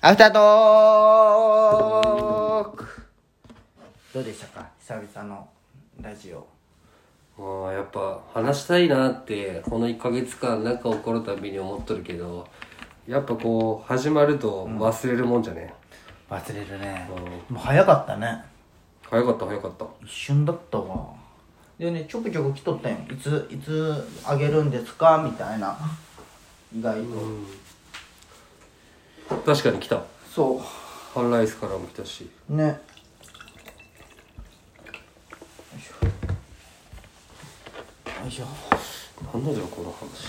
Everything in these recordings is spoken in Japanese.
アフタートークどうでしたか久々のラジオああやっぱ話したいなってこの1ヶ月間なんか起こるたびに思っとるけどやっぱこう始まると忘れるもんじゃね、忘れるねうんもう早かったね早かった早かった一瞬だったわでねちょくちょく来とったんよいついつあげるんですかみたいな意外と、確かに来たそハンライスからも来たしうねよいしょよいしょなんだよこの話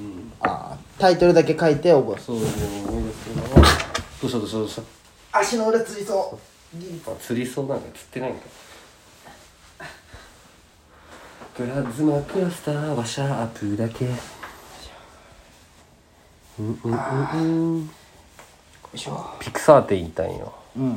うんあータイトルだけ書いて覚えそうですね思い出すなどうしたどうしたどうし足の裏つりそうギリたあ釣りそうなんか釣ってないんかプラズマクラスターはシャープだけうんうんうんうんよいしょピクサーって言いたいんようん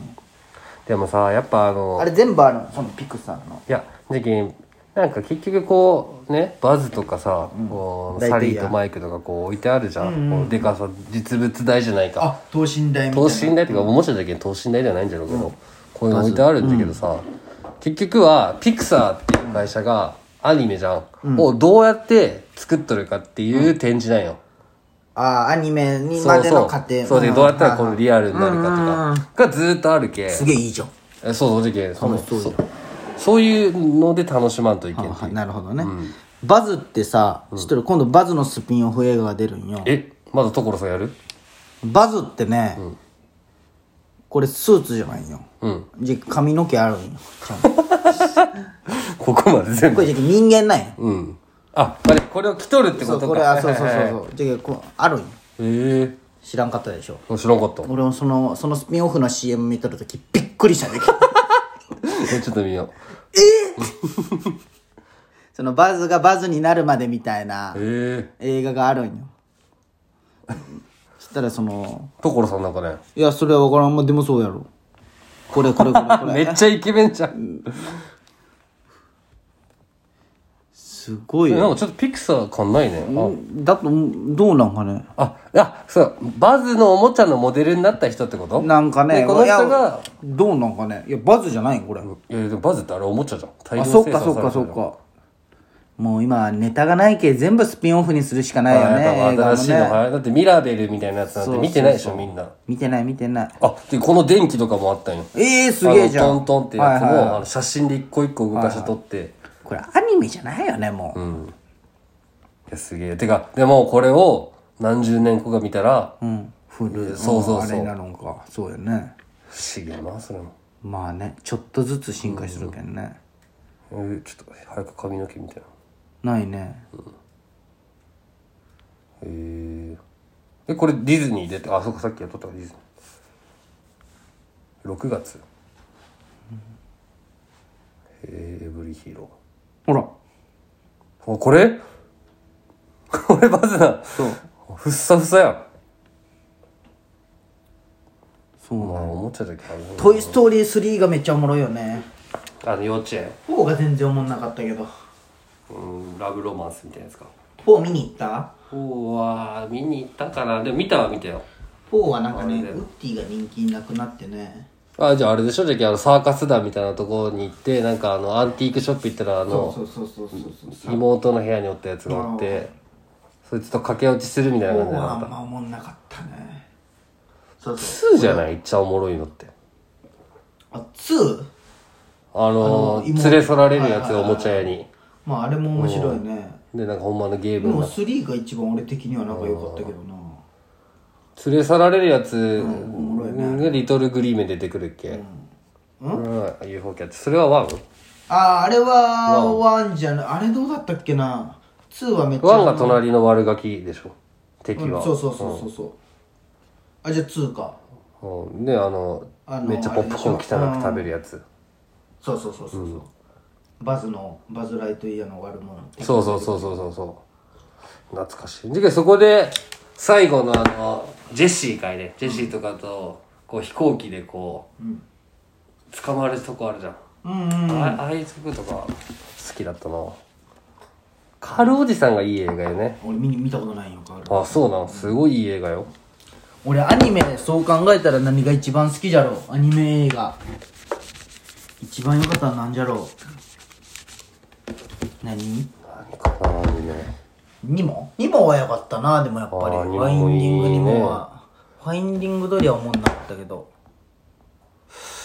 でもさやっぱあのあれ全部あるのそのピクサーのいやじゃけんなんか結局こうねバズとかさ、こう大体サリやーとマイクとかこう置いてあるじゃん、こうでかさ実物大じゃないかあ等身大みたい等な身大っていうかおもちゃだけん等身大ではないんじゃろうけど、こういうの置いてあるんだけどさ、結局はピクサーっていう会社がアニメじゃん、をどうやって作っとるかっていう展示なんよ、あーアニメにそまうでそのう過程そうでんどうやったらこのリアルになるかとかがずーっとあるけすげえいいじゃんえそうそうじゃけんその楽しそうじゃんそうそういうので楽しまんといけんっていうなるほどね、バズってさ知ってる今度バズのスピンオフ映画が出るんよえまだ所さんやるバズってね、これスーツじゃないんよ、うんじゃ髪の毛あるんよちゃんとここまで全こ部れじゃ人間なんようんああれこれを着とるってそこうとこれかはそうそう はいはいはいそうそうじゃこうあるんよえ知らんかったでしょえ知らんかった 俺もそのそのスピンオフの CM 見とるときびっくりしたね えちょっと見よそのバズがバズになるまでみたいなうええ映画があるんよそしたらその所さんなんかねいやそれは分からんまあでもそうやろこれこれこれこれめっちゃイケメンじゃんすごいえよなんかちょっとピクサー感ないねだとどうなんかねあああそうバズのおもちゃのモデルになった人ってことなんかねでこの人がいやどうなんかねいやバズじゃないんこれ、いやでもバズってあれおもちゃじゃん大あ量そ生産っかそっかさそれってるかもう今ネタがないけ全部スピンオフにするしかないよあやっぱね映画も新しいのねがあれだってミラベルみたいなやつなんて見てないでしょみんな見てない見てないあでこの電気とかもあったんよええー、すげえじゃんあのトントンってやつも、はいはいはいあの写真で一個一個動かして撮って、いこれアニメじゃないよねもう、やすげえてかでもこれを何十年後か見たら、うん、古いそうそうそうあれなのかそうよね不思議やなそれも、まあねちょっとずつ進化するけんね、えーちょっと早く髪の毛みたいなないねへええこれディズニー出てあそっかさっきやっとったからディズニー6月、へえエブリヒーロほらーあこれ これバズなそうふっさふさやんそうまあおもちゃだけどあれだなトイ・ストーリー3」がめっちゃおもろいよねあの幼稚園4が全然おもんなかったけどうんラブロマンスみたいなやつか4見に行ったうわ見に行ったかなでも見たは見たよ ?4 はなんかねあれだよウッディが人気なくなってねあじゃああれでしょじゃああのサーカス団みたいなところに行ってなんかあのアンティークショップ行ったらあのそうそうそうそうそうそう妹の部屋におったやつがおってそいつと駆け落ちするみたいな感4じはあだんまおもんなかったねそうそう2じゃないいっちゃおもろいのってあ 2? あのあのー妹連れ去られるやつおもちゃ屋にまああれも面白いねでなんかほんまのゲーでムにもなって3が一番俺的にはなんか良かったけどな連れ去られるやつんおもろいがリトルグリーメン出てくるっけうん UFO キャッチそれはワンあーあれは1じゃないあれどうだったっけな2はめっちゃワンが隣の悪ガキでしょ敵うんは、そうそうそうそうそうあじゃあ2かうんであのあのめっちゃポップコーン汚く食べるやつそうそうそうそうそう、バズのバズライトイヤーの悪者そうそうそうそうそうそう懐かしいでそこで最後のあのジェシーかいねジェシーとかとこう飛行機でこう、捕まるとこあるじゃん、うんうんあああいうとことか好きだったなカールおじさんがいい映画よね俺見に見たことないよカールあそうなんすごいいい映画よ俺アニメそう考えたら何が一番好きじゃろうアニメ映画一番良かったのなんじゃろう何何かなアニメにもにもは良かったなでもやっぱりあーファインディングににもいいねもはファインディングドリは思んなかったけど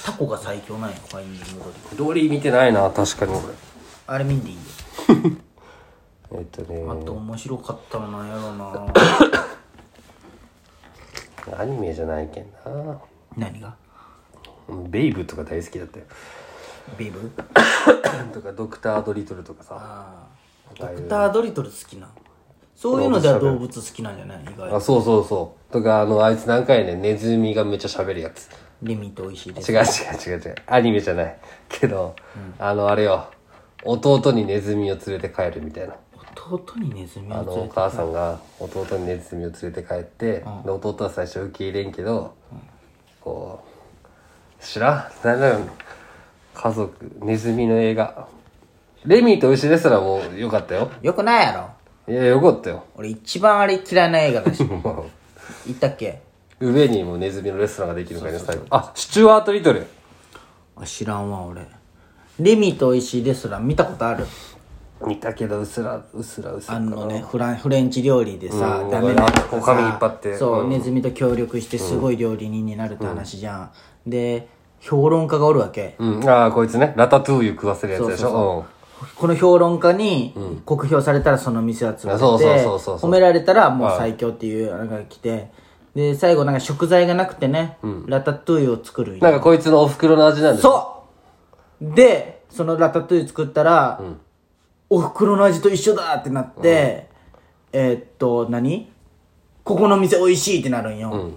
タコが最強なんよファインディングドリドリー見てないな確かに俺あれ見んでいいよえっとあねと面白かったのなんやろうな アニメじゃないけんな何がベイブとか大好きだったよ ビブとかドクター・ドリトルとかさあードクター・ドリトル好きなそういうのでは動物好きなんじゃない意外あとそうそうそうとかあのあいつ何回ねネズミがめっちゃ喋るやつレミと美味しいです違う違う違う違うアニメじゃないけど、あのあれよ弟にネズミを連れて帰るみたいな弟にネズミあのをお母さんが弟にネズミを連れて帰って、で弟は最初受け入れんけど、こう知らん何だよ家族ネズミの映画レミーと牛ですらもうよかったよよくないやろいやよかったよ 俺一番あれ嫌いな映画だし言ったっけ上にもネズミのレストランができるからね最後あシチュワート・リトルあ知らんわ俺レミと美味しいレストラン見たことある見たけどうすらうすらうすらあのねフランフレンチ料理でさ、うんダメなやつがさお金引っ張ってそう、ネズミと協力してすごい料理人になるって話じゃん、で評論家がおるわけ、うん、ああこいつねラタトゥーユ食わせるやつでしょこの評論家に酷評されたらその店は潰れて、あそうそうそうそうそう褒められたらもう最強っていうのが来て、で、最後なんか食材がなくてね、ラタトゥーユを作るんうん、なよんかこいつのお袋の味なんですそうで、そのラタトゥーユ作ったら、お袋の味と一緒だってなって、えーっと、何ここの店美味しいってなるんよ。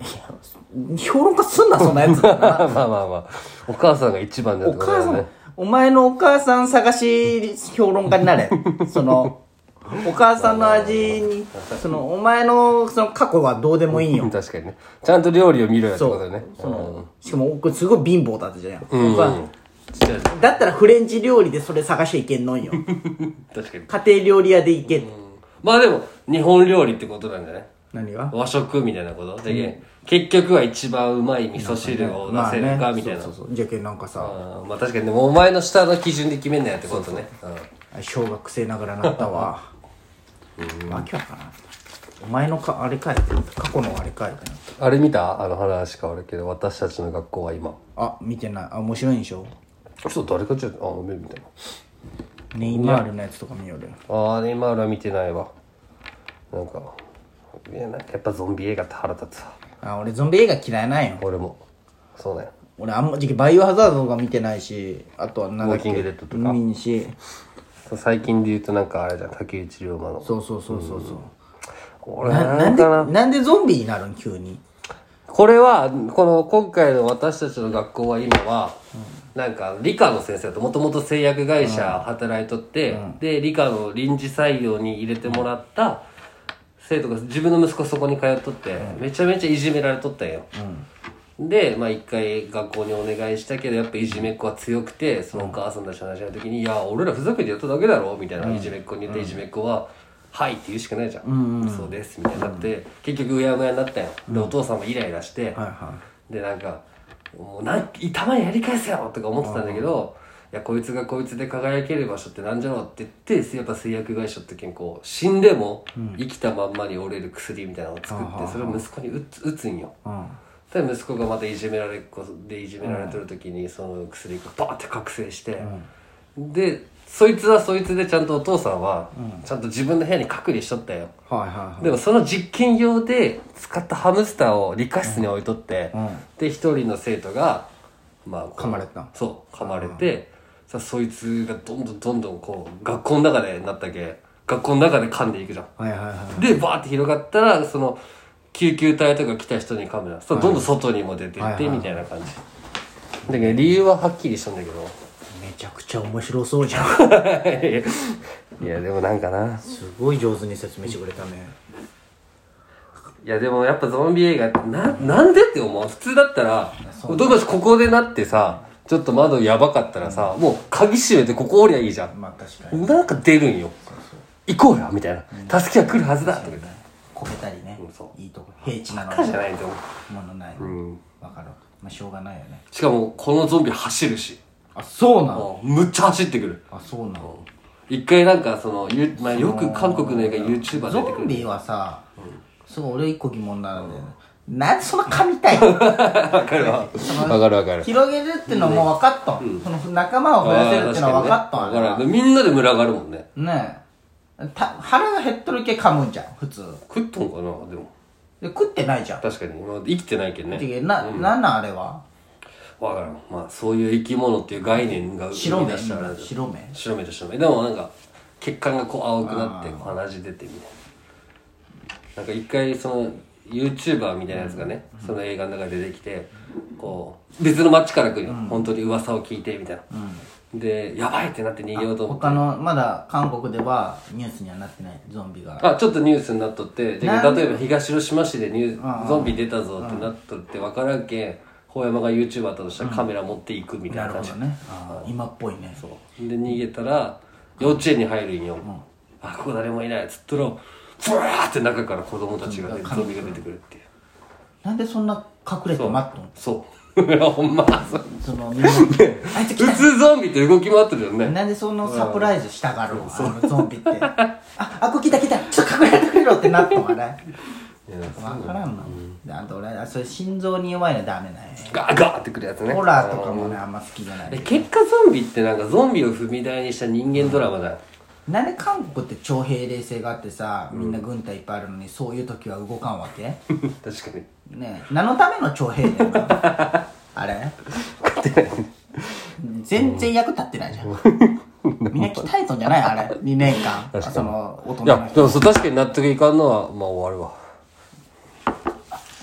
いや評論家すんな、そんなやつ。 まあまあまあお母さんが一番だお母さねん、お前のお母さん探し評論家になれ。 その、お母さんの味に、その、お前のその過去はどうでもいいよ。確かにねちゃんと料理を見ろよってことだよねその、しかも、これすごい貧乏だったじゃん。うん、まあ違うだったらフレンチ料理でそれ探しちゃいけんのんよ。確かに家庭料理屋でいけん。まあでも日本料理ってことなんじゃない何が和食みたいなことで、結局は一番うまい味噌汁を出せるかみたいな、そうそうそう。じゃけんなんかあさ、ーまあ確かにでもお前の下の基準で決めんなよってことね小学生ながらなったわ。わけわからん。お前のか、あれかい。過去のあれかい。うんあれ見たあの話変わるけど私たちの学校は今あ、見てない。あ、面白いんでしょそう誰かちょっとあごめんみたいなネイマールのやつとか見よるああ、ネイマールは見てないわ。なんか、いや、なんかやっぱゾンビ映画って腹立つわ。あ俺ゾンビ映画嫌いなんよ俺も。そうね。俺あんまじきバイオハザードとか見てないしあとはなんだっけウォーキングデッドとか見んしそう最近で言うとなんかあれじゃん、竹内涼真の。そうそうそうそうそう俺なななんんでかななんでゾンビになるん急にこれは、この今回の私たちの学校は今は、なんか理科の先生ともともと製薬会社働いとって、で、理科の臨時採用に入れてもらった生徒が、自分の息子そこに通っとって、めちゃめちゃいじめられとったんよ。で、まあ一回学校にお願いしたけど、やっぱいじめっ子は強くて、そのお母さんたちの話した時に、いや、俺らふざけてやっただけだろみたいな、いじめっ子に言って、いじめっ子は、はいって言うしかないじゃん。そうです、みたいになって、結局うやむやになったんよ。で、お父さんもイライラして、はいはで、なんか、もうなん、たまにやり返せよとか思ってたんだけど、いや、こいつがこいつで輝ける場所ってなんじゃろうって言って、やっぱ製薬会社って健康、死んでも生きたまんまに折れる薬みたいなのを作って、それを息子に打つ打つんよ。で息子がまたいじめられっ子でいじめられてる時にその薬がバーって覚醒して、でそいつはそいつでちゃんとお父さんはちゃんと自分の部屋に隔離しとったよ、はいはいでもその実験用で使ったハムスターを理科室に置いとって、うんで一人の生徒がまあこう噛まれたそう噛まれてさそいつがどんどんどんどんこう学校の中でなったけ学校の中で噛んでいくじゃんはいはいはでバーって広がったらその救急隊とか来た人にカメラそうどんどん外にも出てはいっはいてはいみたいな感じ、だけど理由ははっきりしたんだけどいめちゃくちゃ面白そうじゃん いやでもなんかなすごい上手に説明してくれたねいやでもやっぱゾンビ映画ってななんでって思う普通だったらどうもしここでなってさちょっと窓やばかったらさもう鍵閉めてここおりゃいいじゃんまあ確かになんか出るんよ行こうよみたいな助けが来るはずだとか言ってこけたりねもそういいとこ平地なのバカにじゃないと思うものないんわかるまあしょうがないよねしかもこのゾンビ走るしあそうなのもうむっちゃ走ってくるあそうなの一回なんかその、ゆまあ、よく韓国の映画 YouTuber 出てゾンくるビはさすごい俺一個疑問なんだよねなんでそんな噛みたいのわかるわわかるわかる広げるってのはもう分かっとんその仲間を増やせるってのは分かっとんあれわはかるみんなで群がるもんねねえた腹が減っとるけ噛むんじゃん普通食っとんかなでもで食ってないじゃん確かに今まで生きてないけんねでな、なんなんあれはわからんまあそういう生き物っていう概念が白目出したら白目白目と白目でもなんか血管がこう青くなってこう鼻血出てみたいななんか一回その YouTuber みたいなやつがね、その映画の中で出てきてこう別の街から来るよ、本当に噂を聞いてみたいな、でやばいってなって逃げようと思って他のまだ韓国ではニュースにはなってないゾンビがあちょっとニュースになっとってでなん例えば東広島市でニューゾンビ出たぞってなっとって分からんけん法山が YouTuber だとしたらカメラ持っていくみなたいなるほ感じどねあー今っぽいねで逃げたら幼稚園に入るんよ、あここ誰もいないっつったらブワーって中から子供たちがねゾンビが出てくるっていうなんでそんな隠れて待っとんそう いやほんまそうそのみんな あいつ来普通ゾンビって動き回ってるよねなんでそのサプライズしたがるのあのゾンビってああここ来た来たちょっと隠れてくれろってなったわねいや分からんのであと俺あそれ心臓に弱いのダメなんやガーガーってくるやつねホラーとかもねあんま好きじゃないえ結果ゾンビってなんかゾンビを踏み台にした人間ドラマだ、なんで韓国って徴兵令制があってさみんな軍隊いっぱいあるのにそういう時は動かんわけ確かにねえ何のための徴兵令なのあれ全然役立ってないじゃんみんな鍛えとんじゃないあれ2年間その大人いのや人でもそう確かに納得いかんのはまあ終わるわ